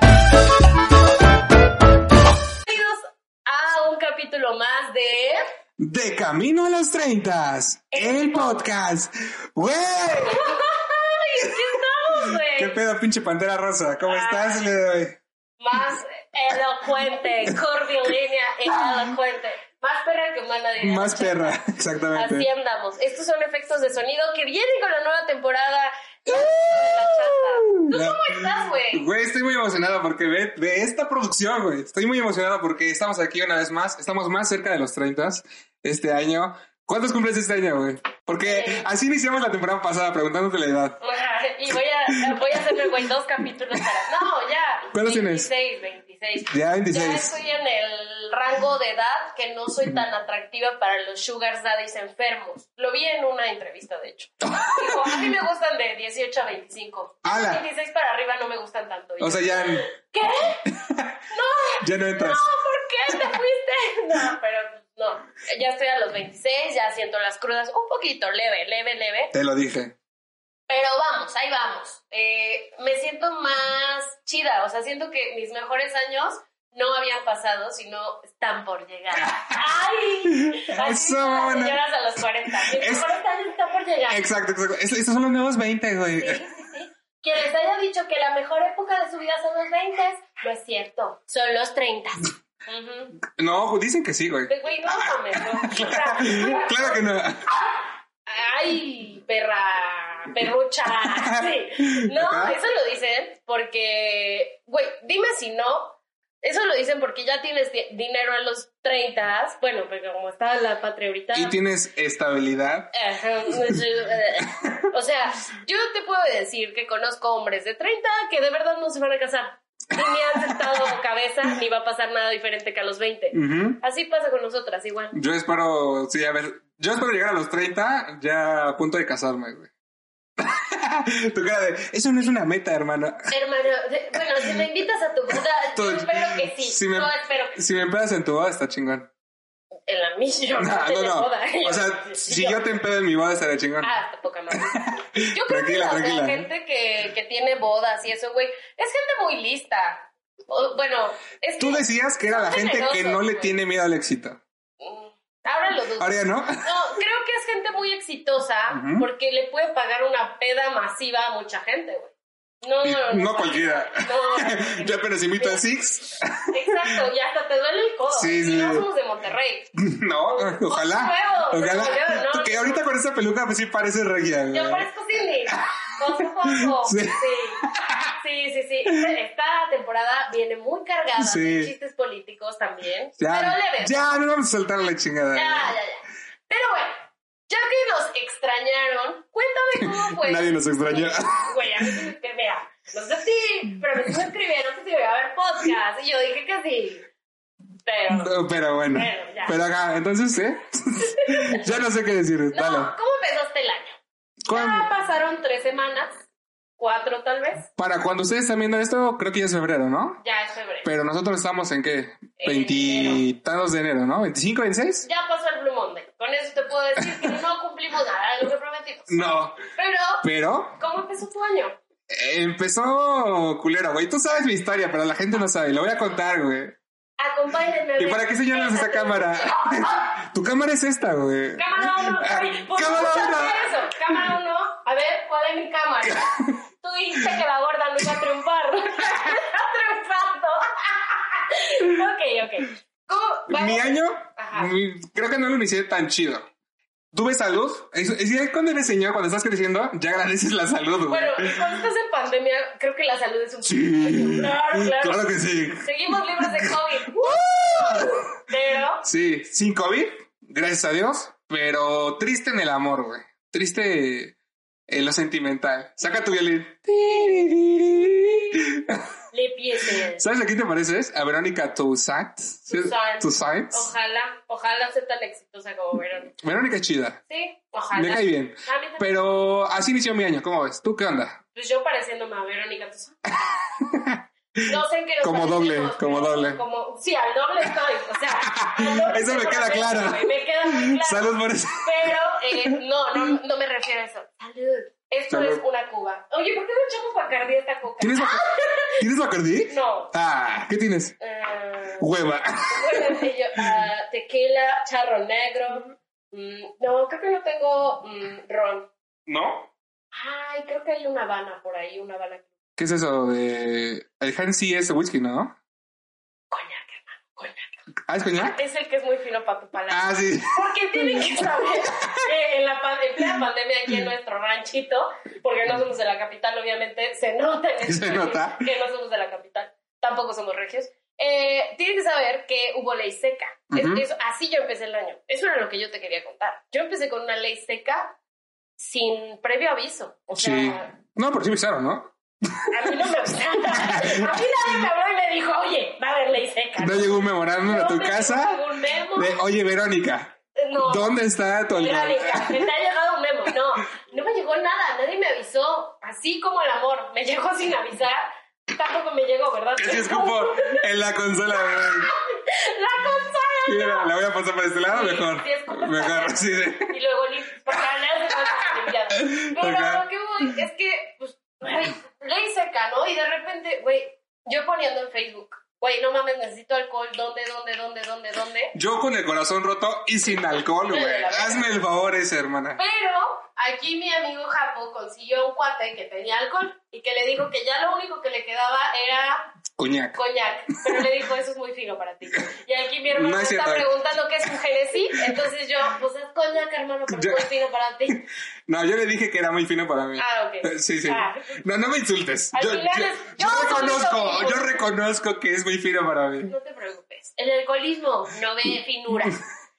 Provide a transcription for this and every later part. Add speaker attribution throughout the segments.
Speaker 1: De Camino a los 30, el podcast. ¡Güey!
Speaker 2: ¡Ay, aquí estamos,
Speaker 1: ¿Qué
Speaker 2: güey!
Speaker 1: pedo, pinche pantera rosa? ¿Cómo
Speaker 2: Ah.
Speaker 1: estás, el día de hoy?
Speaker 2: Más elocuente, curvilínea y elocuente. Más perra que humana, diría.
Speaker 1: Más perra, exactamente.
Speaker 2: Así andamos. Estos son efectos de sonido que vienen con la nueva temporada. de La Chata. ¿Tú
Speaker 1: La-
Speaker 2: cómo estás, güey?
Speaker 1: Güey, estoy muy emocionado porque ve, ve esta producción, güey. Estoy muy emocionado porque estamos aquí una vez más. Estamos más cerca de los 30 este año. ¿Cuántos cumples este año, güey? Porque
Speaker 2: Sí.
Speaker 1: así iniciamos la temporada pasada preguntándote la edad.
Speaker 2: Y voy a, voy a hacerme, güey, dos capítulos para. No, ya.
Speaker 1: ¿Cuántos tienes?
Speaker 2: 26, 26.
Speaker 1: Ya 26.
Speaker 2: Ya estoy en el rango de edad que no soy tan atractiva para los sugar daddies enfermos. Lo vi en una entrevista, de hecho. Dijo, a mí me gustan de 18 a 25.
Speaker 1: ¡Hala!
Speaker 2: 26 para arriba no me gustan tanto. Y
Speaker 1: O
Speaker 2: yo,
Speaker 1: sea, ya,
Speaker 2: ¿Qué? ¡No!
Speaker 1: ya no entras.
Speaker 2: ¿Por qué te fuiste? No, pero no. Ya estoy a los 26, ya siento las crudas un poquito, leve, leve, leve.
Speaker 1: Te lo dije.
Speaker 2: Pero vamos, ahí vamos. Eh, me siento más chida, o sea, siento que mis mejores años no habían pasado, sino están por llegar. ¡Ay! Así dicen
Speaker 1: Eso,
Speaker 2: las
Speaker 1: mona.
Speaker 2: señoras a los 40. Mis
Speaker 1: Es-
Speaker 2: mejores años están por llegar.
Speaker 1: Exacto, exacto. Es- Estos son los nuevos 20, güey.
Speaker 2: Sí, sí, sí. Quien les haya dicho que la mejor época de su vida son los 20, no es cierto, son los 30. Ujú.
Speaker 1: No, dicen que sí, güey.
Speaker 2: Pues, Güey, no mames, no.
Speaker 1: Claro que no.
Speaker 2: ¡Ay, perra! ¡Perrucha! Sí. No,
Speaker 1: Ajá.
Speaker 2: eso lo dicen porque, güey, dime si no. Eso lo dicen porque ya tienes di- dinero a los 30. Bueno, pero como está la patria ahorita.
Speaker 1: Y tienes estabilidad.
Speaker 2: Ajá, o sea, yo te puedo decir que conozco hombres de 30 que de verdad no se van a casar. Ni me han sentado cabeza, ni va a pasar nada diferente que a los 20.
Speaker 1: Ujú.
Speaker 2: Así pasa con nosotras, igual.
Speaker 1: Yo espero, sí, a ver, yo espero llegar a los 30 ya a punto de casarme, güey. tu cara de, eso no es una meta, hermano.
Speaker 2: Hermano, de- bueno, si me invitas a tu boda, yo
Speaker 1: Todo-
Speaker 2: espero que sí.
Speaker 1: si me-
Speaker 2: Yo espero que
Speaker 1: Si me empedas en tu boda, está chingón.
Speaker 2: En la mía,
Speaker 1: No, no, no. O sea, si yo te empedo en mi boda, estaría chingón.
Speaker 2: Ah, está poca madre. Yo creo que
Speaker 1: Tranquila,
Speaker 2: la, la
Speaker 1: tranquila.
Speaker 2: gente que, que tiene bodas y eso, güey, es gente muy lista. O- bueno, es
Speaker 1: Tú
Speaker 2: que-
Speaker 1: decías que era la
Speaker 2: son
Speaker 1: gente que no
Speaker 2: generosos,
Speaker 1: le
Speaker 2: güey.
Speaker 1: tiene miedo al éxito.
Speaker 2: Mm, Ahora lo dudo.
Speaker 1: Ahora ya no.
Speaker 2: No, creo que es gente muy exitosa
Speaker 1: Ujú.
Speaker 2: porque le puede pagar una peda masiva a mucha gente, güey. No, no,
Speaker 1: No cualquiera.
Speaker 2: No.
Speaker 1: Yo apenas invito al Six.
Speaker 2: Exacto, y hasta te duele el codo.
Speaker 1: Sí,
Speaker 2: Si
Speaker 1: sí.
Speaker 2: no somos de Monterrey.
Speaker 1: No, ojalá.
Speaker 2: huevo,
Speaker 1: Ojalá.
Speaker 2: huevo, no,
Speaker 1: Tú que
Speaker 2: no.
Speaker 1: ahorita con esa peluca pues sí parece regia, güey.
Speaker 2: Yo parezco Cindy. Poco poco.
Speaker 1: Sí.
Speaker 2: Sí. Sí, sí, sí. Esta temporada viene muy cargada
Speaker 1: Sí.
Speaker 2: de chistes políticos también. Pero
Speaker 1: Ya,
Speaker 2: leves. Ya,
Speaker 1: ya, no vamos a soltar la chingada.
Speaker 2: ya,
Speaker 1: güey.
Speaker 2: ya. Pero bueno, ya que nos extrañaron, cuéntame cómo fue.
Speaker 1: Nadie nos extrañó.
Speaker 2: Güey, a mí sí me- que mira, no sé si, pero me escribieron que si iba a haber podcast. Y yo dije que sí. Pero. No,
Speaker 1: No, Pero bueno.
Speaker 2: Bueno, ya.
Speaker 1: Pero acá, entonces, ¿eh? ya no sé qué decir. Dale.
Speaker 2: ¿cómo empezaste el año?
Speaker 1: ¿Cuán-
Speaker 2: Ya pasaron tres semanas, cuatro tal vez.
Speaker 1: para cuando ustedes están viendo esto, creo que ya es febrero, ¿no?
Speaker 2: Ya es febrero.
Speaker 1: Pero nosotros estamos en qué?
Speaker 2: En
Speaker 1: Veintitantos de enero, ¿no? ¿25, 26?
Speaker 2: Ya pasó el Blue Monday. Con eso te puedo decir que no cumplimos nada de lo que prometimos.
Speaker 1: No.
Speaker 2: Pero,
Speaker 1: Pero
Speaker 2: ¿cómo empezó tu año?
Speaker 1: eh, empezó culero, güey. Tú sabes mi historia, pero la gente no sabe. Lo voy a contar, güey.
Speaker 2: Acompáñenme.
Speaker 1: ¿Y para qué señalas esa cámara? tu cámara es esta, güey.
Speaker 2: Cámara 1.
Speaker 1: Cámara uno.
Speaker 2: Eso. Cámara 1. A ver, ¿cuál es mi cámara? Tú dijiste que la gorda no iba a triunfar. Está triunfando. ok, ok. ¿Cómo? Bueno,
Speaker 1: mi año,
Speaker 2: Ajá.
Speaker 1: mi- creo que no lo inicié tan chido. Tuve salud. Es, es- ya cuando eres señor, cuando estás creciendo, ya agradeces la salud, güey.
Speaker 2: Bueno, y cuando estás en pandemia, creo que la salud es un
Speaker 1: sí.
Speaker 2: Claro, claro.
Speaker 1: que sí.
Speaker 2: Seguimos libres de COVID. Pero,
Speaker 1: Sí, sin COVID, gracias a Dios, pero triste en el amor, güey. Triste en lo sentimental. Saca tu violín.
Speaker 2: le pienses.
Speaker 1: ¿Sabes a quién te pareces? A Verónica Toussaint.
Speaker 2: Toussaint.
Speaker 1: Toussaint.
Speaker 2: Ojalá, ojalá sea tan exitosa como Verón.
Speaker 1: Verónica es chida.
Speaker 2: Sí, ojalá.
Speaker 1: Me cae bien.
Speaker 2: A mí también.
Speaker 1: Pero así inició mi año. ¿Cómo ves? ¿Tú qué onda?
Speaker 2: Pues yo pareciéndome a Verónica Tuzán. No sé en qué nos
Speaker 1: Como doble,
Speaker 2: parecemos,
Speaker 1: como
Speaker 2: pero
Speaker 1: doble.
Speaker 2: Como, sí, al doble estoy. O sea, al doble
Speaker 1: Eso me
Speaker 2: estoy con la
Speaker 1: queda claro.
Speaker 2: Verónica, Me queda muy claro.
Speaker 1: Salud por eso.
Speaker 2: Pero eh, no, no, no me refiero a eso. Salud. Esto
Speaker 1: Salud.
Speaker 2: es una cuba. Oye, ¿por qué no echamos Bacardi a esta coca?
Speaker 1: ¿Tienes, Bac- ¿Tienes Bacardí?
Speaker 2: No.
Speaker 1: Ah, ¿qué tienes?
Speaker 2: Eh,
Speaker 1: Hueva.
Speaker 2: bueno, y yo, ah, tequila, charro negro. Mm, no, creo que no tengo mm, ron.
Speaker 1: ¿No?
Speaker 2: Ay, creo que hay una Habana por ahí, una Habana.
Speaker 1: ¿Qué es eso de...? El Hansi es whisky, ¿no?
Speaker 2: Coñac, hermano, coñac.
Speaker 1: ¿Ah, es coñac?
Speaker 2: Es el que es muy fino para tu paladar.
Speaker 1: Ah, sí.
Speaker 2: Porque tienen que saber que en, la pan- en plena pandemia aquí
Speaker 1: Mm.
Speaker 2: en nuestro ranchito, porque no somos de la capital, obviamente se nota, en el
Speaker 1: Se nota.
Speaker 2: que no somos de la capital, tampoco somos regios. Eh, tienen que saber que hubo ley seca. Es-
Speaker 1: Ujú.
Speaker 2: eso- así yo empecé el año. Eso era lo que yo te quería contar. Yo empecé con una ley seca sin previo aviso. O sea,
Speaker 1: Sí. No, pero sí me avisaron, ¿no?
Speaker 2: a mí no me avisaron. A mí nadie me habló y me dijo, oye, va a haber ley seca.
Speaker 1: No llegó un memorándum a tu
Speaker 2: ¿Dónde
Speaker 1: casa
Speaker 2: llegó un memo?
Speaker 1: de, oye, Verónica,
Speaker 2: No.
Speaker 1: ¿dónde está tu
Speaker 2: Verónica,
Speaker 1: alma?
Speaker 2: me te ha llegado un memo. No, no me llegó nada, nadie me avisó. Así como el amor, me llegó sin avisar. Tampoco me llegó, ¿verdad?
Speaker 1: Es que escupo en la consola.
Speaker 2: ¡La consola!
Speaker 1: Mira, la voy a pasar para este lado,
Speaker 2: Sí,
Speaker 1: mejor.
Speaker 2: sí, escupo.
Speaker 1: Mejor, sí. sí.
Speaker 2: Y luego ni porque a nadie se pasa Pero
Speaker 1: Ok.
Speaker 2: lo que voy es que, pues, güey, ley seca, ¿no? Y de repente, güey, yo poniendo en Facebook, güey, no mames, necesito alcohol, ¿dónde, dónde, dónde, dónde, dónde?
Speaker 1: Yo con el corazón roto y sin alcohol,
Speaker 2: Pero
Speaker 1: güey.
Speaker 2: la verdad.
Speaker 1: Hazme el favor ese, hermana.
Speaker 2: Pero aquí mi amigo Japo consiguió un cuate que tenía alcohol y que le dijo que ya lo único que le quedaba era
Speaker 1: Coñac.
Speaker 2: coñac, pero le dijo, eso es muy fino para ti. Y aquí mi hermano
Speaker 1: No
Speaker 2: me
Speaker 1: es
Speaker 2: está
Speaker 1: cierto.
Speaker 2: preguntando qué es un Genesí, entonces yo, pues es coñac, hermano, pero
Speaker 1: Yo-
Speaker 2: es muy fino para ti.
Speaker 1: No, yo le dije que era muy fino para mí.
Speaker 2: Ah, ok.
Speaker 1: Eh, Sí, sí.
Speaker 2: Ah.
Speaker 1: No, no me insultes.
Speaker 2: Al
Speaker 1: Yo,
Speaker 2: final
Speaker 1: yo-
Speaker 2: es-
Speaker 1: yo
Speaker 2: yo
Speaker 1: reconozco,
Speaker 2: soy un
Speaker 1: yo reconozco que es muy fino para mí.
Speaker 2: No te preocupes, el alcoholismo no ve finura.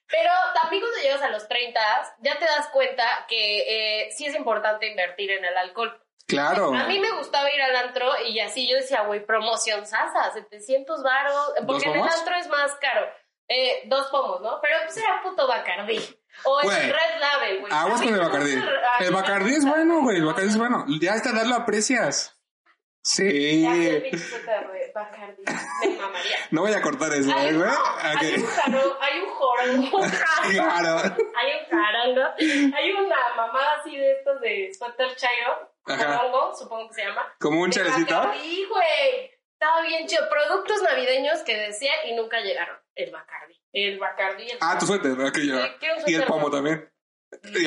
Speaker 2: Pero también cuando llegas a los 30, ya te das cuenta que eh, sí es importante invertir en el alcohol.
Speaker 1: Claro.
Speaker 2: A mí me gustaba ir al antro y así yo decía, güey, promoción sasa, 700 varos, porque en el
Speaker 1: pomos?
Speaker 2: antro es más caro. Eh, dos pomos, ¿no? Pero pues era puto Bacardí. O
Speaker 1: Güey,
Speaker 2: el Red Label, güey.
Speaker 1: Aguas
Speaker 2: A mí
Speaker 1: con el
Speaker 2: no
Speaker 1: Bacardí.
Speaker 2: me- a mí
Speaker 1: El
Speaker 2: me
Speaker 1: Bacardí es
Speaker 2: gusta.
Speaker 1: bueno, güey. El Bacardí es bueno. Ya hasta darlo aprecias. Sí.
Speaker 2: Ya sé, pinche puta, güey, Bacardí. Me mamaría.
Speaker 1: No voy a cortar eso,
Speaker 2: Hay,
Speaker 1: ¿eh,
Speaker 2: un-
Speaker 1: güey.
Speaker 2: hay un
Speaker 1: Ok.
Speaker 2: jaro- hay un jorongo.
Speaker 1: Claro.
Speaker 2: Hay un jarango. Hay una mamada así de estos de suéter chairo.
Speaker 1: Ajá.
Speaker 2: Jorongo, supongo que se llama.
Speaker 1: Como un
Speaker 2: De
Speaker 1: chalecito.
Speaker 2: Bacardí, güey. Estaba bien chido. Productos navideños que decía y nunca llegaron. El Bacardi. El Bacardi. El
Speaker 1: Ah, tu suéter. Ok, ya.
Speaker 2: Sí, quiero un
Speaker 1: Y el
Speaker 2: suéter.
Speaker 1: pomo también. Y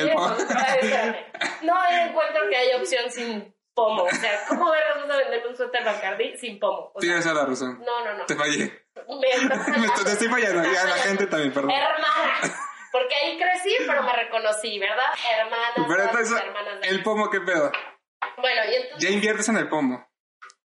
Speaker 1: el pomo.
Speaker 2: Ah, espérame. No encuentro que haya opción sin pomo. O sea, ¿cómo vergas vas a vender un suéter Bacardi sin pomo? O sea,
Speaker 1: Tienes toda la razón.
Speaker 2: no, no, no.
Speaker 1: Te fallé.
Speaker 2: Me estás
Speaker 1: Me estoy- Te estoy fallando. Ya la gente también, perdón.
Speaker 2: Hermana. Porque ahí crecí, pero me reconocí, ¿verdad? Hermanas,
Speaker 1: Pero
Speaker 2: todas
Speaker 1: entonces,
Speaker 2: mis hermanas. de-
Speaker 1: el pomo, ¿qué pedo?
Speaker 2: Bueno, y entonces,
Speaker 1: Ya inviertes en el pomo.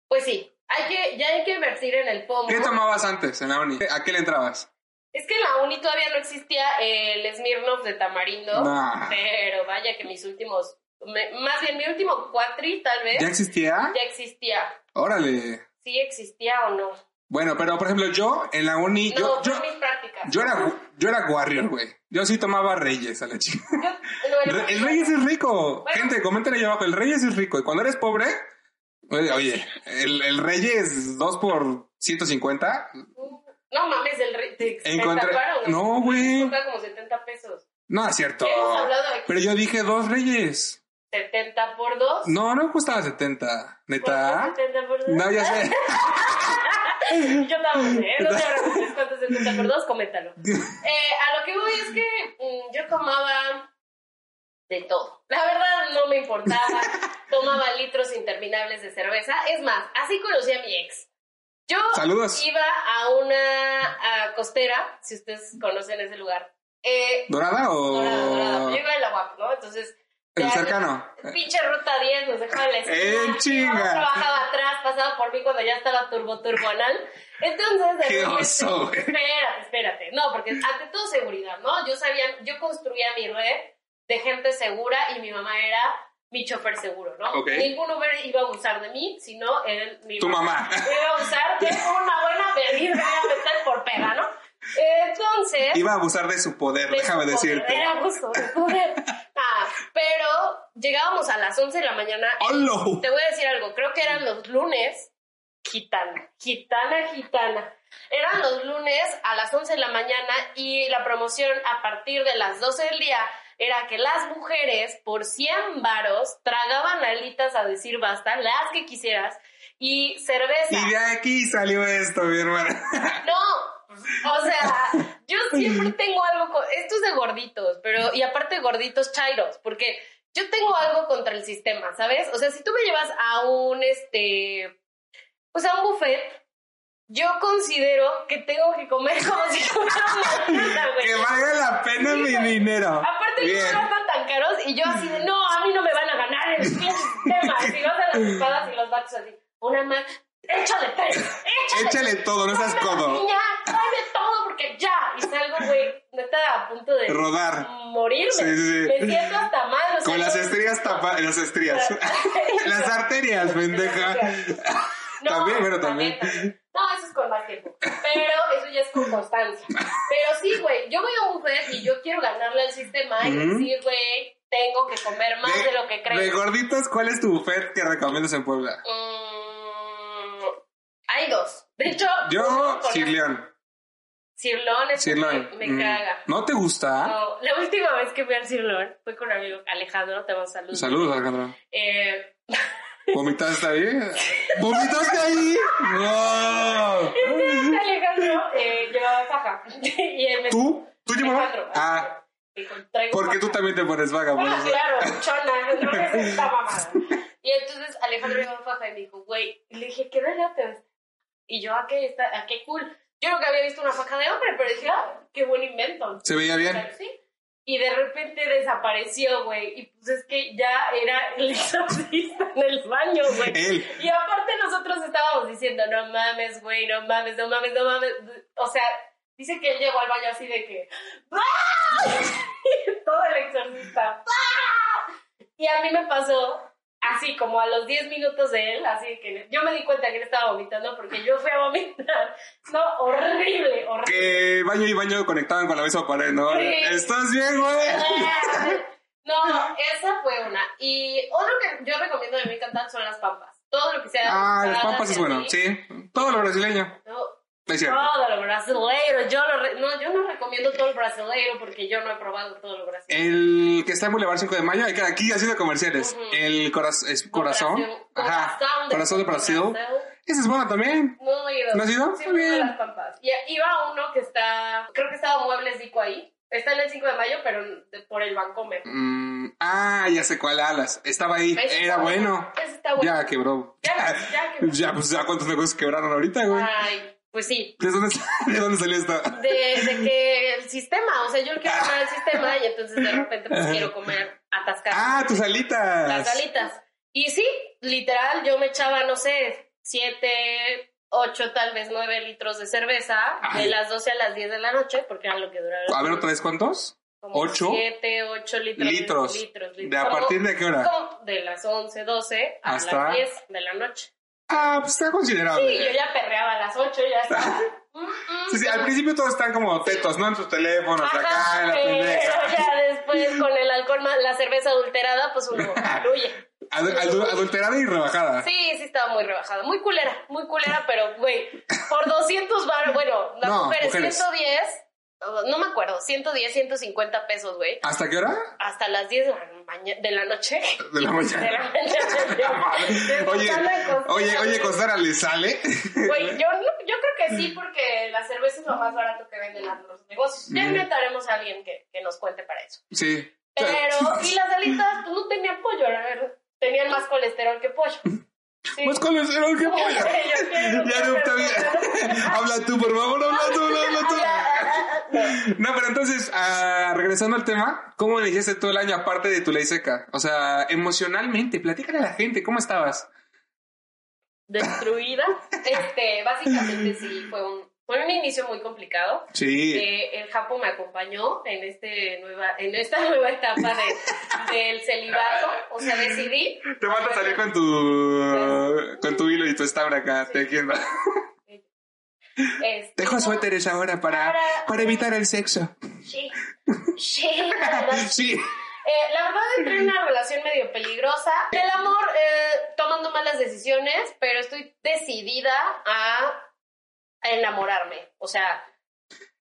Speaker 2: pues sí, hay que, ya hay que invertir en el pomo.
Speaker 1: ¿Qué tomabas antes en la uni? ¿A qué le entrabas?
Speaker 2: Es que en la uni todavía no existía el Smirnoff de tamarindo,
Speaker 1: Nah.
Speaker 2: pero vaya que mis últimos, me- más bien mi último cuatri tal vez,
Speaker 1: ¿Ya
Speaker 2: ya,
Speaker 1: existía?
Speaker 2: existía.
Speaker 1: Órale.
Speaker 2: Sí existía o no.
Speaker 1: Bueno, pero por ejemplo, yo en la uni, yo,
Speaker 2: no,
Speaker 1: yo,
Speaker 2: yo, mis prácticas.
Speaker 1: yo era, yo era warrior, güey. Yo sí tomaba reyes a la chica.
Speaker 2: Yo- no, era-
Speaker 1: Re- El reyes es rico.
Speaker 2: Bueno.
Speaker 1: Gente, coméntale ahí abajo. El reyes es rico. Y cuando eres pobre, oye, oye, el, el reyes 2 por 150.
Speaker 2: No mames, el re- te, te
Speaker 1: Encontré-
Speaker 2: estafaron.
Speaker 1: No, güey.
Speaker 2: Costaba como 70 pesos.
Speaker 1: No, es cierto.
Speaker 2: Hemos hablado aquí.
Speaker 1: Pero yo dije dos reyes.
Speaker 2: 70 por 2.
Speaker 1: No, no me costaba 70. Neta.
Speaker 2: 70 por 2.
Speaker 1: No, ya sé.
Speaker 2: Yo tampoco sé, ¿eh? no te preocupes, ¿cuánto es 70 por 2? Coméntalo. Eh, a lo que voy es que mm, yo tomaba de todo. La verdad no me importaba. Tomaba litros interminables de cerveza. Es más, así conocí a mi ex. Yo
Speaker 1: Saludos.
Speaker 2: iba a una a costera, si ustedes conocen ese lugar. Eh,
Speaker 1: ¿Dorada o...?
Speaker 2: dorada, dorada. Yo iba en la UAP, ¿no? Entonces.
Speaker 1: El
Speaker 2: ya-
Speaker 1: cercano.
Speaker 2: Pinche ruta 10, nos dejaba en la esquina.
Speaker 1: ¡Eh, chinga!
Speaker 2: Yo trabajaba atrás, pasaba por mí cuando ya estaba turbo turbonal. Entonces, de
Speaker 1: ¡Qué
Speaker 2: repente-
Speaker 1: oso, güey!
Speaker 2: espérate, espérate. No, porque ante todo seguridad, ¿no? Yo sabía, yo construía mi red de gente segura y mi mamá era mi chofer seguro, ¿no?
Speaker 1: Ok.
Speaker 2: Ningún Uber iba a abusar de mí, sino él, mi
Speaker 1: Tu mamá.
Speaker 2: Iba a abusar de una buena bebida, me iba a meter por peda, ¿no? Entonces
Speaker 1: Iba a abusar de su poder,
Speaker 2: de
Speaker 1: déjame
Speaker 2: su poder,
Speaker 1: decirte.
Speaker 2: Era abuso de poder. Ah, pero llegábamos a las 11 de la mañana.
Speaker 1: ¡Holo!
Speaker 2: Te voy a decir algo, creo que eran los lunes, gitana, gitana, gitana. Eran los lunes a las 11 de la mañana y la promoción a partir de las 12 del día era que las mujeres por 100 varos tragaban alitas a decir basta, las que quisieras, y cerveza.
Speaker 1: Y de aquí salió esto, mi hermana.
Speaker 2: No, o sea, yo siempre tengo algo con... Esto es de gorditos, pero... Y aparte gorditos chairos, porque yo tengo algo contra el sistema, ¿sabes? O sea, si tú me llevas a un, este... Pues a un buffet, yo considero que tengo que comer como si fuera una hamburguesa, güey.
Speaker 1: Que valga la pena mi dinero.
Speaker 2: Pues, Aparte que
Speaker 1: Bien.
Speaker 2: no eran tan caros y yo así de, no, a mí no me van a ganar el pinche tema. Si vas a las espadas y los vatos así, una más, échale tres, échale.
Speaker 1: Échale todo, no seas
Speaker 2: Tráeme la
Speaker 1: codo.
Speaker 2: Niña, tráeme todo porque ya. Y salgo, güey, neta, a punto de
Speaker 1: Rodar.
Speaker 2: morirme.
Speaker 1: Sí, sí, sí.
Speaker 2: Me siento hasta mal. o sea,
Speaker 1: Con las
Speaker 2: yo-
Speaker 1: estrías tapadas. Las estrías. las arterias, pendeja. También, bueno, también.
Speaker 2: No, eso es con más tiempo. Pero eso ya es con constancia. Pero sí, güey, yo voy a un buffet y yo quiero ganarle al sistema y
Speaker 1: Ujú.
Speaker 2: decir, güey, tengo que comer más de, lo que
Speaker 1: de
Speaker 2: creo.
Speaker 1: gorditos, ¿cuál es tu buffet que recomiendas en Puebla?
Speaker 2: Mm, hay dos. De hecho,
Speaker 1: Yo,
Speaker 2: con-
Speaker 1: Cirleón.
Speaker 2: Cirlón es
Speaker 1: Cirleón.
Speaker 2: que me
Speaker 1: Mm. ¿Ah?
Speaker 2: caga.
Speaker 1: ¿No te gusta?
Speaker 2: No, la última vez que fui al Cirlón fue con un amigo Alejandro, te mando saludos.
Speaker 1: Saludos, Alejandra.
Speaker 2: Eh,
Speaker 1: ¿Vomitaste ahí? ¿Vomitaste ahí? ¡No!
Speaker 2: este Alejandro eh, llevaba faja. y él me
Speaker 1: ¿Tú? ¿Tú llevabas?
Speaker 2: Alejandro.
Speaker 1: Ah,
Speaker 2: dijo, traigo
Speaker 1: porque
Speaker 2: faja.
Speaker 1: tú también te pones vaga por
Speaker 2: Ah,
Speaker 1: eso.
Speaker 2: claro, chona, no es esta mamada. Y entonces Alejandro llevaba faja y me dijo, güey, y le dije, ¿qué verga te ves? Y yo, ¿a qué, está, ¿a qué cool? Yo nunca había visto una faja de hombre, pero dije, ah, qué buen invento.
Speaker 1: ¿Se veía bien?
Speaker 2: Claro, sí. Y de repente desapareció, güey. Y pues es que ya era el exorcista en el baño, güey.
Speaker 1: Él.
Speaker 2: Y aparte nosotros estábamos diciendo, no mames, güey, no mames, no mames, no mames. O sea, dice que él llegó al baño así de que... ¡Ah! Y Todo el exorcista. ¡Ah! Y a mí me pasó así, como a los 10 minutos de él, así que yo me di cuenta que él estaba vomitando porque yo fui a vomitar. No, horrible, horrible.
Speaker 1: Que baño y baño conectaban con la misma pared, ¿no?
Speaker 2: Sí.
Speaker 1: ¿Estás bien, güey?
Speaker 2: No, esa fue una. Y otro que yo recomiendo de mi cantar son las pampas. Todo lo que sea.
Speaker 1: Ah, las
Speaker 2: tostadas
Speaker 1: papas es
Speaker 2: y
Speaker 1: bueno,
Speaker 2: así.
Speaker 1: sí. Todo lo brasileño.
Speaker 2: No,
Speaker 1: Es cierto.
Speaker 2: todo lo brasileiro. Yo lo re- no, yo no recomiendo todo el brasileiro porque yo no he probado todo lo brasileiro.
Speaker 1: El que está en Boulevard 5 de Mayo, hay que- aquí haciendo comerciales.
Speaker 2: Ujú.
Speaker 1: El coraz- es corazón. Ajá.
Speaker 2: Corazón de,
Speaker 1: Corazón de Brasil. Ese es bueno también.
Speaker 2: No he ido.
Speaker 1: ¿No has ido?
Speaker 2: Siempre
Speaker 1: Bien.
Speaker 2: iba a las pampas. Y iba uno que está. Creo que estaba Muebles Dico ahí. Está en el 5 de mayo, pero de- por el Bancomer.
Speaker 1: Mm, ah, ya sé cuál alas. Estaba ahí.
Speaker 2: Ese
Speaker 1: Era
Speaker 2: está
Speaker 1: bueno.
Speaker 2: Ese está bueno.
Speaker 1: Ya quebró.
Speaker 2: Ya, ya quebró.
Speaker 1: Ya, pues ya cuántos negocios quebraron ahorita, güey.
Speaker 2: Ay, pues sí.
Speaker 1: ¿De dónde, ¿De dónde salió esto?
Speaker 2: De, de que el sistema, o sea, yo quiero comer el sistema y entonces de repente pues quiero comer atascada
Speaker 1: Ah, tus alitas.
Speaker 2: las alitas. Y sí, literal, yo me echaba, no sé, siete, ocho, tal vez nueve litros de cerveza
Speaker 1: Ay.
Speaker 2: de las 12 a las 10 de la noche, porque era lo que duraba.
Speaker 1: A ver, otra vez, ¿cuántos?
Speaker 2: como
Speaker 1: ¿ocho?
Speaker 2: Siete, ocho litros.
Speaker 1: Litros.
Speaker 2: litros,
Speaker 1: ¿De a partir de qué hora?
Speaker 2: Como de las 11, 12 a
Speaker 1: Hasta-
Speaker 2: las 10 de la noche.
Speaker 1: Ah, pues está considerable.
Speaker 2: Sí, yo ya perreaba a las 8, ya estaba. Mm, mm,
Speaker 1: Sí, sí,
Speaker 2: ya
Speaker 1: al
Speaker 2: me-
Speaker 1: principio todos están como tetos, ¿no? En sus teléfonos, acá, en la
Speaker 2: pero
Speaker 1: pendeja.
Speaker 2: eh, ya después con el alcohol, más la cerveza adulterada, pues uno fluye.
Speaker 1: Adu- adu- adulterada y rebajada.
Speaker 2: Sí, sí estaba muy rebajada, muy culera, muy culera, pero güey, por 200 bar, bueno, las
Speaker 1: No,
Speaker 2: mujeres,
Speaker 1: mujeres.
Speaker 2: 110, oh, no me acuerdo, 110, 150 pesos, güey,
Speaker 1: ¿Hasta qué hora?
Speaker 2: hasta las 10 de la, maña- de la noche.
Speaker 1: De la
Speaker 2: De la
Speaker 1: mañana.
Speaker 2: mañana.
Speaker 1: Ah, Oye,
Speaker 2: Despertando en constante-
Speaker 1: oye, oye, Costara, ¿le sale?
Speaker 2: Güey, yo, no- yo creo que sí, porque la cerveza es lo más barato que venden en los negocios. Ya
Speaker 1: Mm.
Speaker 2: inventaremos a alguien que- que nos cuente para eso.
Speaker 1: Sí.
Speaker 2: Pero, y las alitas pues, no tenían pollo, la verdad. Tenían más colesterol que pollo. Sí.
Speaker 1: Pues con el cero, qué
Speaker 2: Yo
Speaker 1: polla.
Speaker 2: quiero
Speaker 1: Ya no está bien. Habla tú, por favor, habla tú, habla tú. No, pero entonces, ah, regresando al tema, ¿cómo iniciaste todo el año aparte de tu ley seca? O sea, emocionalmente, platícale a la gente, ¿cómo estabas?
Speaker 2: Destruida. Este, básicamente sí, fue un, fue un inicio muy complicado.
Speaker 1: Sí.
Speaker 2: Eh, el Japo me acompañó en, este nueva, en esta nueva etapa de, del celibato. O sea, decidí.
Speaker 1: Te van a salir con tu con tu hilo y tu estabra acá, te entiendo.
Speaker 2: Este,
Speaker 1: Dejo suéteres ahora para, para evitar el sexo.
Speaker 2: Sí. Sí, la verdad,
Speaker 1: Sí.
Speaker 2: Eh, la verdad entré en una relación medio peligrosa. Del amor, eh, tomando malas decisiones, pero estoy decidida a, a enamorarme. O sea,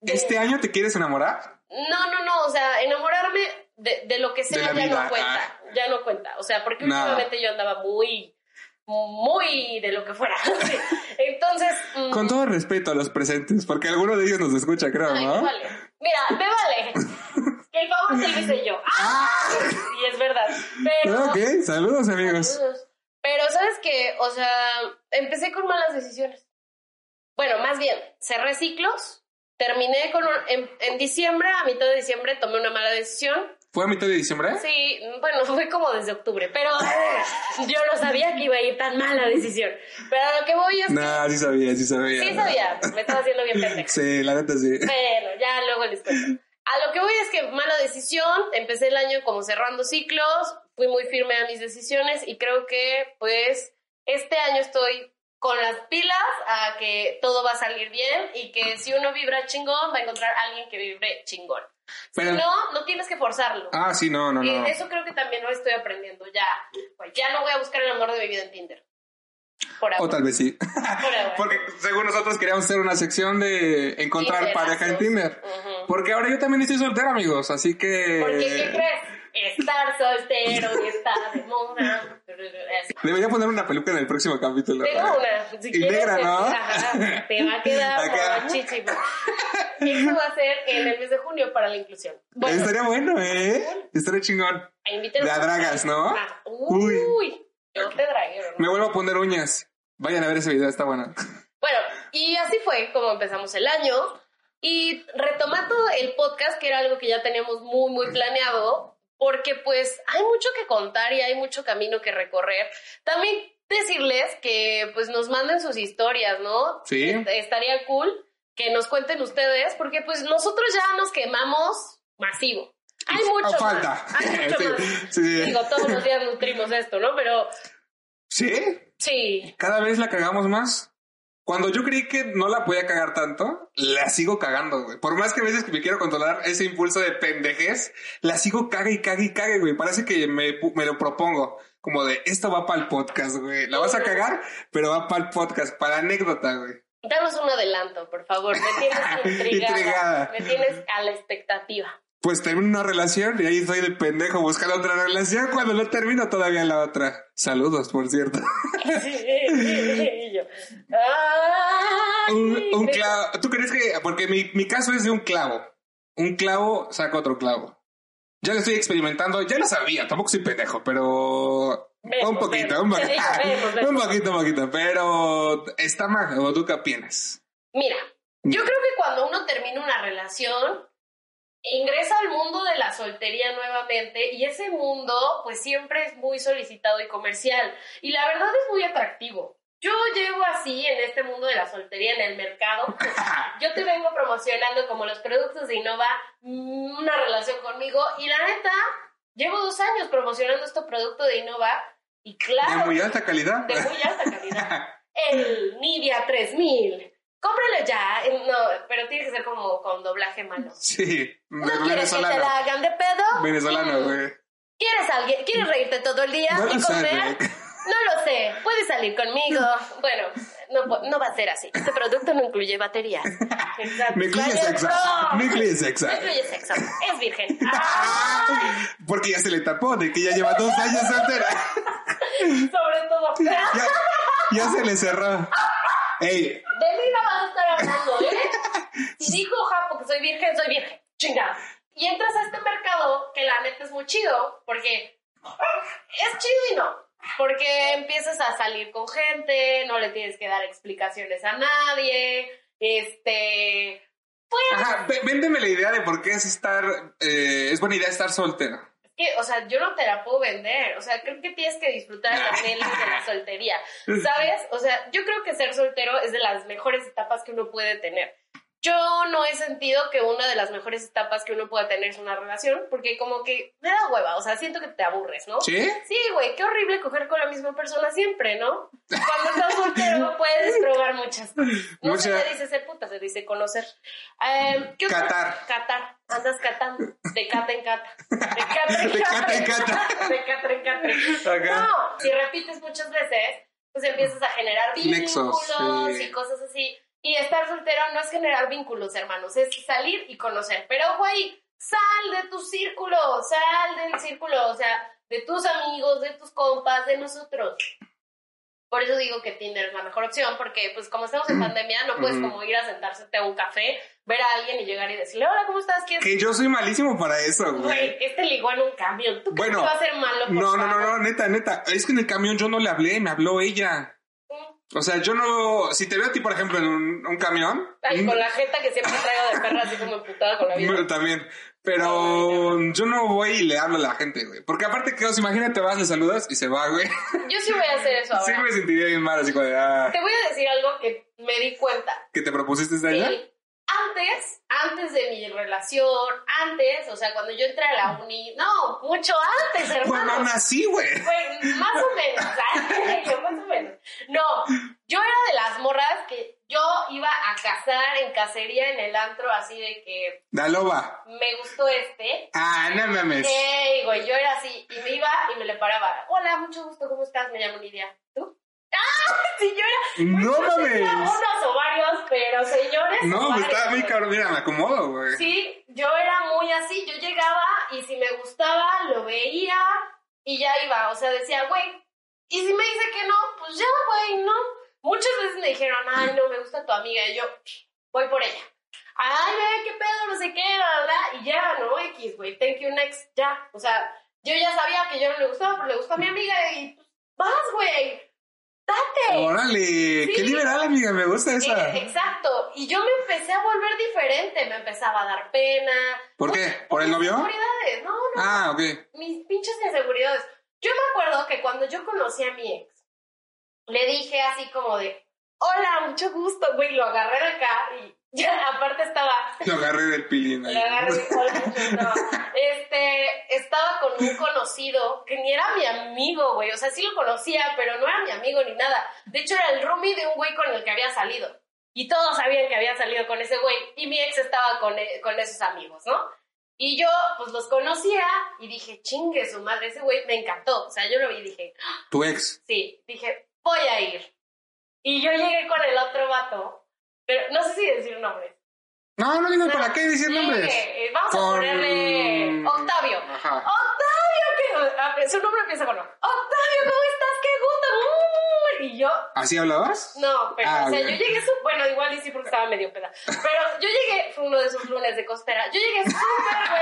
Speaker 2: de-
Speaker 1: ¿Este año te quieres enamorar?
Speaker 2: no, no, no. O sea, enamorarme de, de lo que
Speaker 1: De
Speaker 2: sea
Speaker 1: la
Speaker 2: ya
Speaker 1: vida, ah.
Speaker 2: no cuenta. Ya no cuenta. O sea, porque
Speaker 1: Nada.
Speaker 2: últimamente yo andaba muy muy de lo que fuera. Entonces. mm,
Speaker 1: Con todo respeto a los presentes, porque alguno de ellos nos escucha, creo,
Speaker 2: ay, me
Speaker 1: ¿no?
Speaker 2: vale. Mira, me vale. Que el favor se lo hice yo. ¡Ah! Y es verdad. Pero.
Speaker 1: Ok, saludos amigos.
Speaker 2: Saludos. Pero sabes que, o sea, empecé con malas decisiones. Bueno, más bien, cerré ciclos, terminé con un- en, en diciembre, a mitad de diciembre tomé una mala decisión.
Speaker 1: ¿Fue a mitad de diciembre?
Speaker 2: Sí, bueno, fue como desde octubre, pero yo no sabía que iba a ir tan mala decisión. Pero a lo que voy es...
Speaker 1: No, sí sabía, sí sabía.
Speaker 2: sí sabía, me estaba haciendo bien pendeja.
Speaker 1: Sí, la neta sí.
Speaker 2: Bueno, ya luego les cuento. A lo que voy es que mala decisión, empecé el año como cerrando ciclos, fui muy firme a mis decisiones y creo que pues este año estoy con las pilas a que todo va a salir bien y que si uno vibra chingón va a encontrar a alguien que vibre chingón.
Speaker 1: Pero-
Speaker 2: si no, no tienes que forzarlo.
Speaker 1: Ah, sí, no, no,
Speaker 2: Eh,
Speaker 1: no.
Speaker 2: Eso creo que también lo estoy aprendiendo ya. Pues ya no voy a buscar el amor de mi vida en Tinder. Por
Speaker 1: O
Speaker 2: ahora.
Speaker 1: tal vez sí.
Speaker 2: Por ahora.
Speaker 1: Porque según nosotros queríamos hacer una sección de encontrar
Speaker 2: Tinderazos.
Speaker 1: pareja en Tinder.
Speaker 2: Ujú.
Speaker 1: Porque ahora yo también estoy soltera, amigos, así que...
Speaker 2: Porque, ¿qué crees? Estar soltero y estar de moda.
Speaker 1: Debería poner una peluca en el próximo capítulo.
Speaker 2: Tengo una, si
Speaker 1: Y
Speaker 2: quieres,
Speaker 1: negra, ¿no?
Speaker 2: ajá, te va a quedar
Speaker 1: Acá.
Speaker 2: muchísimo. Y eso va a ser en el mes de junio para la inclusión. Bueno,
Speaker 1: Estaría bueno, ¿eh? Estaría chingón.
Speaker 2: inviten
Speaker 1: La dragas, ¿no?
Speaker 2: Ah, uy, yo te dragué, ¿no?
Speaker 1: Me vuelvo a poner uñas. Vayan a ver ese video, está bueno.
Speaker 2: Bueno, y así fue como empezamos el año. Y retomando el podcast, que era algo que ya teníamos muy, muy planeado, porque pues hay mucho que contar y hay mucho camino que recorrer. También decirles que pues nos manden sus historias, ¿no?
Speaker 1: Sí.
Speaker 2: Est- Estaría cool que nos cuenten ustedes, porque pues nosotros ya nos quemamos masivo. Hay mucho
Speaker 1: Ah, falta.
Speaker 2: más. Hay mucho
Speaker 1: Sí,
Speaker 2: más.
Speaker 1: sí.
Speaker 2: Digo, todos los días nutrimos esto, ¿no? Pero
Speaker 1: ¿Sí?
Speaker 2: sí,
Speaker 1: Cada vez la cagamos más. Cuando yo creí que no la podía cagar tanto, la sigo cagando, güey. Por más que a veces que me quiero controlar ese impulso de pendejez, la sigo caga y caga y caga, güey. Parece que me, pu- me lo propongo. Como de, esto va para el podcast, güey. La vas a cagar, pero va para el podcast, para anécdota, güey.
Speaker 2: Danos un adelanto, por favor. Me tienes intrigada.
Speaker 1: Intrigada.
Speaker 2: Me tienes a la expectativa.
Speaker 1: Pues termino una relación y ahí estoy de pendejo buscando otra relación cuando no termino todavía la otra. Saludos, por cierto.
Speaker 2: Y yo, ay,
Speaker 1: un, un
Speaker 2: me-
Speaker 1: clavo. ¿Tú crees que.? Porque mi, mi caso es de un clavo. Un clavo saca otro clavo. Ya lo estoy experimentando, ya lo sabía, tampoco soy pendejo, pero.
Speaker 2: Vemos,
Speaker 1: un poquito,
Speaker 2: vemos.
Speaker 1: un poquito.
Speaker 2: Vemos, vemos.
Speaker 1: un poquito, un poquito. Pero está mal, o tú qué opinas.
Speaker 2: Mira,
Speaker 1: Mm.
Speaker 2: yo creo que cuando uno termina una relación, ingresa al mundo de la soltería nuevamente y ese mundo pues siempre es muy solicitado y comercial y la verdad es muy atractivo. Yo llego así en este mundo de la soltería en el mercado. Yo te vengo promocionando como los productos de Innova, mm, una relación conmigo y la neta, llevo dos años promocionando este producto de Innova y claro,
Speaker 1: De muy alta calidad.
Speaker 2: de muy alta calidad el Nivea 3000. Cómpralo ya. Eh, No, pero tiene que ser como con doblaje malo.
Speaker 1: sí,
Speaker 2: ¿No
Speaker 1: de
Speaker 2: quieres que te
Speaker 1: venezolano.
Speaker 2: la hagan de pedo?
Speaker 1: Venezolano,
Speaker 2: Mm.
Speaker 1: güey.
Speaker 2: ¿Quieres, alguien, ¿Quieres reírte todo el día
Speaker 1: No lo
Speaker 2: y
Speaker 1: sé,
Speaker 2: comer?
Speaker 1: güey.
Speaker 2: No lo sé. Puedes salir conmigo. Bueno, no, po- no va a ser así. Este producto no incluye baterías. Exacto.
Speaker 1: No incluye
Speaker 2: Vale,
Speaker 1: sexo.
Speaker 2: bro.
Speaker 1: No incluye sexo.
Speaker 2: No incluye sexo. Es virgen. ¡Ah!
Speaker 1: Ah, Porque ya se le tapó de que ya lleva dos años soltera.
Speaker 2: Sobre todo. De mí
Speaker 1: Ya, ya se le cerró. Ey,
Speaker 2: no vas a estar hablando, ¿eh? Si dijo Japo que soy virgen, soy virgen. Chingada. Y entras a este mercado que la neta es muy chido, porque es chido y no. Porque empiezas a salir con gente, no le tienes que dar explicaciones a nadie, este...
Speaker 1: ajá, vé- véndeme la idea de por qué es estar, eh, es buena idea estar soltera.
Speaker 2: Es que, o sea, yo no te la puedo vender. O sea, creo que tienes que disfrutar de las mieles de la soltería. ¿Sabes? O sea, yo creo que ser soltero es de las mejores etapas que uno puede tener. Yo no he sentido que una de las mejores etapas que uno pueda tener es una relación, porque como que me da hueva, o sea, siento que te aburres, ¿no?
Speaker 1: ¿Sí?
Speaker 2: Sí, güey, qué horrible coger con la misma persona siempre, ¿no? Cuando estás soltero puedes probar muchas cosas. No
Speaker 1: Mucha-
Speaker 2: se le dice ser puta, se dice conocer. Eh, ¿qué otra?
Speaker 1: Catar.
Speaker 2: Catar. Andas catando. De cata en cata. De cata en
Speaker 1: De cata en
Speaker 2: cata. De cata en cata.
Speaker 1: Acá.
Speaker 2: No, si repites muchas veces, pues empiezas a generar vínculos
Speaker 1: Nexos, sí.
Speaker 2: y cosas así. Y estar soltero no es generar vínculos, hermanos, es salir y conocer. Pero, güey, sal de tu círculo, sal del círculo, o sea, de tus amigos, de tus compas, de nosotros. Por eso digo que Tinder es la mejor opción, porque pues como estamos en pandemia, no puedes como ir a sentarte a un café, ver a alguien y llegar y decirle, hola, ¿cómo estás? ¿Quieres
Speaker 1: Que yo soy malísimo para eso, güey.
Speaker 2: Güey, este ligó en un camión. ¿Tú crees
Speaker 1: Bueno,
Speaker 2: que va a ser malo? por
Speaker 1: No, no, no,
Speaker 2: favor?
Speaker 1: no, neta, neta. Es que en el camión yo no le hablé, me habló ella. O sea, yo no. Si te veo a ti, por ejemplo, en un, un camión.
Speaker 2: Ay, con la jeta que siempre traigo de perra, así como emputada con la vida.
Speaker 1: Bueno, también. Pero yo no voy y le hablo a la gente, güey. Porque aparte, que os imagínate, vas, le saludas y se va, güey.
Speaker 2: Yo sí voy a hacer eso
Speaker 1: Mm. Sí
Speaker 2: ahora.
Speaker 1: me sentiría bien mal, así como de, ah,
Speaker 2: Te voy a decir algo que me di cuenta.
Speaker 1: que te propusiste esta
Speaker 2: Sí.
Speaker 1: idea?
Speaker 2: Antes, antes de mi relación, antes, o sea, cuando yo entré a la uni, no, mucho antes,
Speaker 1: Pues
Speaker 2: hermano.
Speaker 1: mamá, sí, güey.
Speaker 2: Güey, más o menos, ay, yo más o menos. No, yo era de las morras que yo iba a cazar en cacería en el antro, así de que
Speaker 1: La loba.
Speaker 2: me gustó este.
Speaker 1: Ah, no mames.
Speaker 2: Ey, güey, yo era así, y me iba y me le paraba. Hola, mucho gusto, ¿cómo estás? Me llamo Lidia. ¿Tú? ¡Ah! Sí, yo era. güey,
Speaker 1: No
Speaker 2: yo tenía
Speaker 1: mames.
Speaker 2: Unos ovarios, pero señores.
Speaker 1: No, pues
Speaker 2: ovarios,
Speaker 1: estaba muy
Speaker 2: güey.
Speaker 1: cabrón. Mira, me acomodo, güey.
Speaker 2: Sí, yo era muy así, yo llegaba y si me gustaba, lo veía y ya iba, o sea, decía, güey, y si me dice que no, pues ya, güey, no. Muchas veces me dijeron, ay, no, me gusta tu amiga, y yo, voy por ella. Ay, ve, qué pedo, no sé qué, la, la, la, y ya, no, X, güey, thank you, next, ya. O sea, yo ya sabía que yo no le gustaba, pero le gustó a mi amiga y pues, vas, güey, date.
Speaker 1: Órale, qué liberal, amiga, me gusta esa.
Speaker 2: Eh, Exacto. Y yo me empecé a volver diferente. Me empezaba a dar pena.
Speaker 1: ¿Por qué?
Speaker 2: Muchas-
Speaker 1: ¿Por el novio?
Speaker 2: Inseguridades. No, no.
Speaker 1: Ah, ok.
Speaker 2: Mis pinches inseguridades. Yo me acuerdo que cuando yo conocí a mi ex, le dije así como de, hola, mucho gusto, güey. Lo agarré de acá y ya, aparte estaba
Speaker 1: Lo agarré del pilín ahí.
Speaker 2: le agarré mi cola, no. Este, estaba con un conocido que ni era mi amigo, güey. O sea, sí lo conocía, pero no era mi amigo ni nada. De hecho, era el roomie de un güey con el que había salido. Y todos sabían que había salido con ese güey. Y mi ex estaba con, e- con esos amigos, ¿no? Y yo, pues los conocía y dije, chingue su madre, ese güey me encantó. O sea, yo lo vi y dije,
Speaker 1: Tu ex.
Speaker 2: Sí, dije, voy a ir. Y yo llegué con el otro vato, pero no sé si decir nombres.
Speaker 1: No, no digas
Speaker 2: No,
Speaker 1: para qué decir
Speaker 2: sí,
Speaker 1: nombres.
Speaker 2: eh, vamos a
Speaker 1: Con-
Speaker 2: ponerle Octavio.
Speaker 1: Ajá.
Speaker 2: Octavio, que- ah, pero su nombre empieza con O. Octavio, ¿cómo estás? ¡Qué gusto! Mm. Y yo,
Speaker 1: ¿Así hablabas?
Speaker 2: no, pero,
Speaker 1: Ah,
Speaker 2: o sea,
Speaker 1: ok.
Speaker 2: yo llegué, su- bueno, igual y sí porque estaba medio peda. Pero yo llegué, fue uno de esos lunes de costera, yo llegué súper,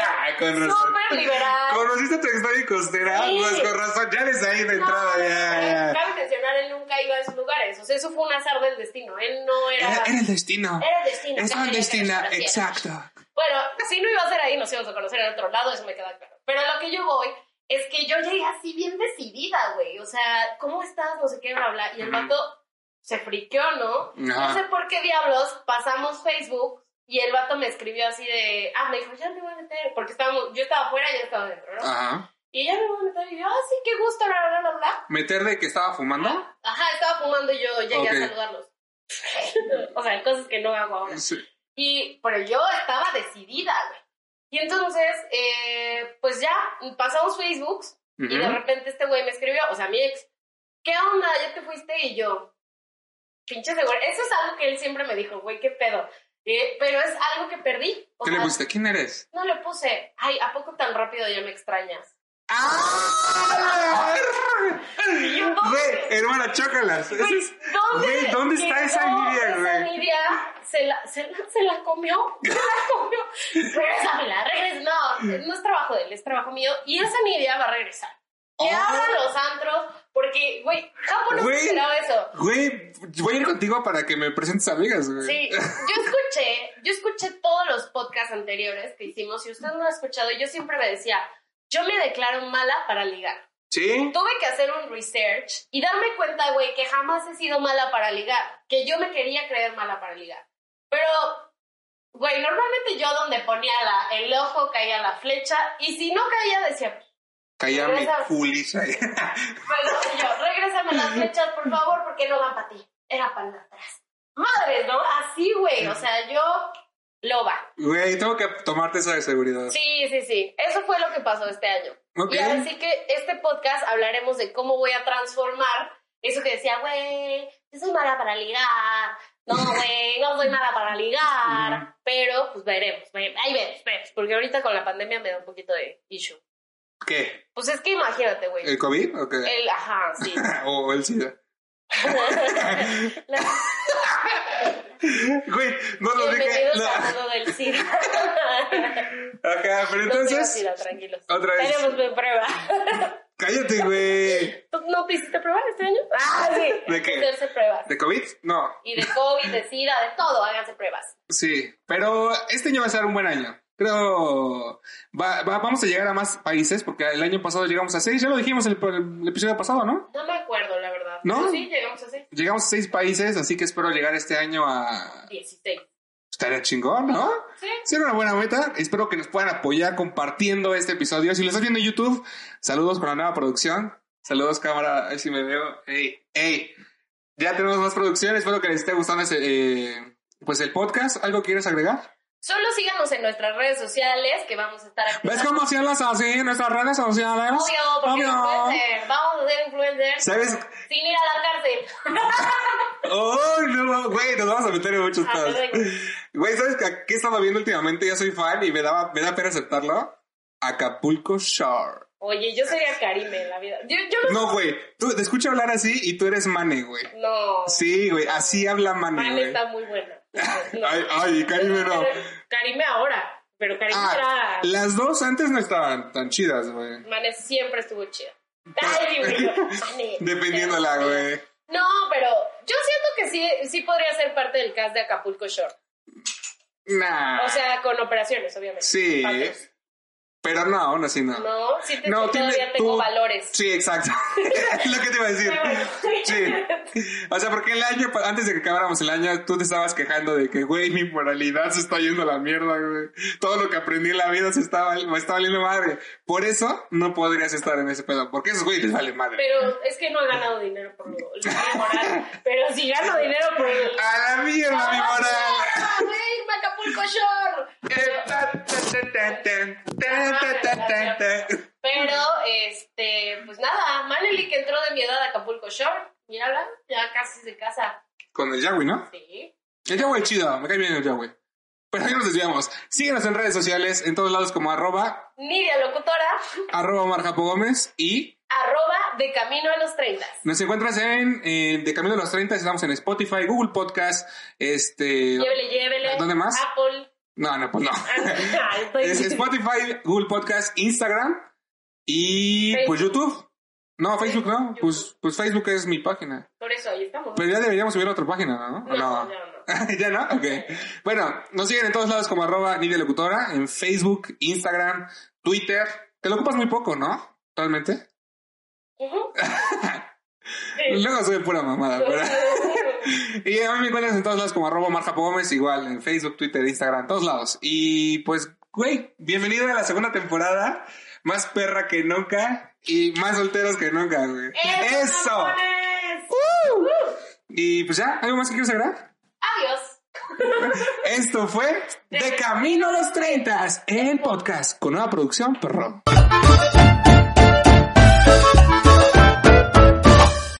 Speaker 1: Ah, con
Speaker 2: güey,
Speaker 1: razón.
Speaker 2: súper liberal.
Speaker 1: ¿Conociste a tu ex y costera?
Speaker 2: Sí.
Speaker 1: Pues con razón, ya desde ahí de
Speaker 2: No,
Speaker 1: entrada. ya, ya, ya.
Speaker 2: Cabe mencionar, él nunca iba a esos lugares, o sea, eso fue un azar del destino, él no era...
Speaker 1: Era, era el destino.
Speaker 2: era el destino.
Speaker 1: Es
Speaker 2: tenía
Speaker 1: un
Speaker 2: que
Speaker 1: destino,
Speaker 2: conocer así.
Speaker 1: exacto.
Speaker 2: Bueno, si no iba a ser ahí, nos íbamos a conocer en otro lado, eso me queda claro. Pero a lo que yo voy es que yo llegué así bien decidida, güey. O sea, ¿cómo estás? No sé qué, bla, bla. Y el
Speaker 1: Ujú.
Speaker 2: vato se friqueó, ¿no? No
Speaker 1: Ajá.
Speaker 2: sé por qué diablos pasamos Facebook y el vato me escribió así de, ah, me dijo, ya me voy a meter, porque estábamos, yo estaba afuera y él estaba dentro, ¿no?
Speaker 1: Ajá.
Speaker 2: Y ya me voy a meter y yo, ah, sí, qué gusto, bla, bla, bla, bla.
Speaker 1: ¿Meter de que estaba fumando?
Speaker 2: Ajá, estaba fumando y yo llegué
Speaker 1: Ok.
Speaker 2: a saludarlos. o sea, cosas que no hago ahora.
Speaker 1: Sí.
Speaker 2: Y, pero yo estaba decidida, güey. Y entonces, eh, pues ya, pasamos Facebook y de
Speaker 1: Ujú.
Speaker 2: repente este güey me escribió, o sea, mi ex, ¿qué onda? ¿Ya te fuiste? Y yo, pinche de güey. Eso es algo que él siempre me dijo, güey, qué pedo. Eh, pero es algo que perdí. O
Speaker 1: ¿Qué
Speaker 2: sea,
Speaker 1: le gusta? ¿Quién eres?
Speaker 2: No le puse, ay, ¿a poco tan rápido ya me extrañas?
Speaker 1: ¡Ah!
Speaker 2: Y yo, ¿dónde?
Speaker 1: Güey, hermana, chócalas. Eso
Speaker 2: Güey,
Speaker 1: es-
Speaker 2: ¿Dónde,
Speaker 1: Pues, Güey, ¿dónde está
Speaker 2: quedó
Speaker 1: esa envidia,
Speaker 2: Esa
Speaker 1: güey?
Speaker 2: envidia se la, se, la, se la comió, se la comió. Regrésamela, regresa. No, no es trabajo de él, es trabajo mío. Y esa envidia va a regresar. Y
Speaker 1: Oh.
Speaker 2: ahora los antros, porque, güey, Japón no se
Speaker 1: Güey.
Speaker 2: esperaba eso.
Speaker 1: Güey, voy a ir contigo para que me presentes amigas, güey.
Speaker 2: Sí, yo escuché, yo escuché todos los podcasts anteriores que hicimos y usted no lo ha escuchado. Y yo siempre me decía, yo me declaro mala para ligar.
Speaker 1: ¿Sí?
Speaker 2: Tuve que hacer un research y darme cuenta, güey, que jamás he sido mala para ligar. Que yo me quería creer mala para ligar. Pero, güey, normalmente yo donde ponía la- el ojo caía la flecha y si no caía decía,
Speaker 1: Calla mi
Speaker 2: Regresa.
Speaker 1: culis ahí.
Speaker 2: pues yo, regrésame las flechas, por favor, porque no van para ti. Era para atrás. Madres, ¿no? Así, güey. O sea, yo, loba.
Speaker 1: Güey, tengo que tomarte esa de seguridad.
Speaker 2: Sí, sí, sí. Eso fue lo que pasó este año.
Speaker 1: Ok.
Speaker 2: Y así que este podcast hablaremos de cómo voy a transformar eso que decía, güey, yo soy mala para ligar. No, güey, no soy mala para ligar. Pero, pues veremos. ve- Ahí ves, ves. Porque ahorita con la pandemia me da un poquito de issue.
Speaker 1: ¿Qué? Eh,
Speaker 2: Pues es que imagínate, güey.
Speaker 1: ¿El COVID o qué?
Speaker 2: El, ajá, sí.
Speaker 1: o el SIDA.
Speaker 2: La-
Speaker 1: Güey, no lo dije.
Speaker 2: Bienvenidos
Speaker 1: no.
Speaker 2: al mundo del SIDA.
Speaker 1: Ajá, pero
Speaker 2: No tengo
Speaker 1: entonces.
Speaker 2: SIDA, tranquilos.
Speaker 1: otra vez.
Speaker 2: Tenemos mi prueba.
Speaker 1: Cállate, güey.
Speaker 2: ¿Tú no te hiciste prueba este año? Ah, sí.
Speaker 1: ¿De qué?
Speaker 2: Hacerse pruebas.
Speaker 1: ¿De COVID? No.
Speaker 2: Y de COVID, de SIDA, de todo, háganse pruebas.
Speaker 1: Sí, pero este año va a ser un buen año. Creo va, va- vamos a llegar a más países porque el año pasado llegamos a seis, ya lo dijimos el, el episodio pasado, ¿no?
Speaker 2: No me acuerdo, la verdad.
Speaker 1: ¿No?
Speaker 2: Pero Sí, llegamos a seis.
Speaker 1: Llegamos a seis países, así que espero llegar este año a...
Speaker 2: 16.
Speaker 1: Estaría chingón, ¿no?
Speaker 2: Sí.
Speaker 1: Sí, era una buena meta. Espero que nos puedan apoyar compartiendo este episodio. Si lo estás viendo en YouTube, saludos con la nueva producción. Saludos, cámara. Ahí sí me veo. Ey, ey. Ya tenemos más producción. Espero que les esté gustando ese, eh, pues el podcast. ¿Algo quieres agregar?
Speaker 2: Solo síganos en nuestras redes sociales que vamos a estar aquí.
Speaker 1: ¿Ves cómo hacían las así en nuestras redes sociales?
Speaker 2: Obvio, porque influencer. Vamos a ser influencers
Speaker 1: ¿Sabes?
Speaker 2: sin ir a la cárcel.
Speaker 1: Oh, no, güey, nos vamos a meter en muchos
Speaker 2: A ver,
Speaker 1: pedos. Güey, ¿sabes a qué estaba viendo últimamente? Yo soy fan y me daba, me da pena aceptarlo. Acapulco Shore.
Speaker 2: Oye, yo sería Karime en la vida. Yo, yo no.
Speaker 1: No, güey, tú te escucho hablar así y tú eres Mane, güey.
Speaker 2: No.
Speaker 1: Sí, güey, así habla Mane,
Speaker 2: Karime
Speaker 1: güey.
Speaker 2: está muy buena.
Speaker 1: Ay, ay, Karime no.
Speaker 2: Karime ahora. Pero Karime
Speaker 1: Ah,
Speaker 2: era.
Speaker 1: las dos antes no estaban tan chidas, güey.
Speaker 2: Mane siempre estuvo chida.
Speaker 1: Ah.
Speaker 2: Ay, güey, yo, Mane.
Speaker 1: Dependiéndola, güey.
Speaker 2: No, pero yo siento que sí, sí podría ser parte del cast de Acapulco Shore.
Speaker 1: Nah.
Speaker 2: O sea, con operaciones, obviamente.
Speaker 1: sí.
Speaker 2: Patos.
Speaker 1: Pero no, aún así no.
Speaker 2: No, sí te,
Speaker 1: No, tiene-
Speaker 2: todavía tengo
Speaker 1: tú-
Speaker 2: valores.
Speaker 1: Sí, exacto. es lo que te iba a decir. Sí. O sea, porque el año, pa- antes de que acabáramos el año, tú te estabas quejando de que, güey, mi moralidad se está yendo a la mierda, güey. Todo lo que aprendí en la vida se estaba, me está valiendo madre. Por eso no podrías estar en ese pedo, porque esos güeyes les vale madre.
Speaker 2: Pero es que no he ganado dinero por lo la moral. Pero si gano dinero por el.
Speaker 1: ¡A la mierda, mi moral!
Speaker 2: ¡Ah, güey, Acapulco Shore!
Speaker 1: Eh, ta, ta, ta, ta, ta, ta, ta, ta, ta.
Speaker 2: Pero, este, pues nada, Maneli que entró de mi edad a Acapulco Shore. Mírala, ya casi se casa.
Speaker 1: Con el Yahweh, ¿no?
Speaker 2: Sí.
Speaker 1: El Yahweh es chido, me cae bien el Yahweh. Pero ahí nos desviamos. Síguenos en redes sociales, en todos lados como arroba
Speaker 2: Nidia Locutora,
Speaker 1: arroba Marjapo Gómez y
Speaker 2: arroba de camino a los 30.
Speaker 1: nos encuentras en, en De Camino a los 30, estamos en Spotify, Google Podcast, este...
Speaker 2: Llévele, llévele.
Speaker 1: ¿Dónde más?
Speaker 2: Apple.
Speaker 1: No, no, pues no.
Speaker 2: Ah, estoy-
Speaker 1: Es Spotify, Google Podcast, Instagram y pues YouTube. No, Facebook no,
Speaker 2: YouTube.
Speaker 1: pues, pues Facebook es mi página.
Speaker 2: Por eso, ahí estamos.
Speaker 1: Pero ya deberíamos subir a otra página, ¿no?
Speaker 2: No,
Speaker 1: ¿O
Speaker 2: no, no.
Speaker 1: ¿Ya no? Ok. Bueno, nos siguen en todos lados como arroba Nidia Locutora, en Facebook, Instagram, Twitter. Te lo ocupas muy poco, ¿no? Realmente.
Speaker 2: Ujú.
Speaker 1: Luego soy pura mamada, pero... Y a mí me encuentras en todos lados como arroba Marjapo Gómez, igual en Facebook, Twitter, Instagram, en todos lados. Y pues, güey, bienvenido a la segunda temporada, más perra que nunca y más solteros que nunca, güey.
Speaker 2: ¡Eso!
Speaker 1: ¡Eso! ¡Uh!
Speaker 2: mamones!
Speaker 1: Y pues ya, ¿algo más que quieras agregar?
Speaker 2: Adiós.
Speaker 1: Esto fue De Camino a los 30 en podcast con nueva producción, perro.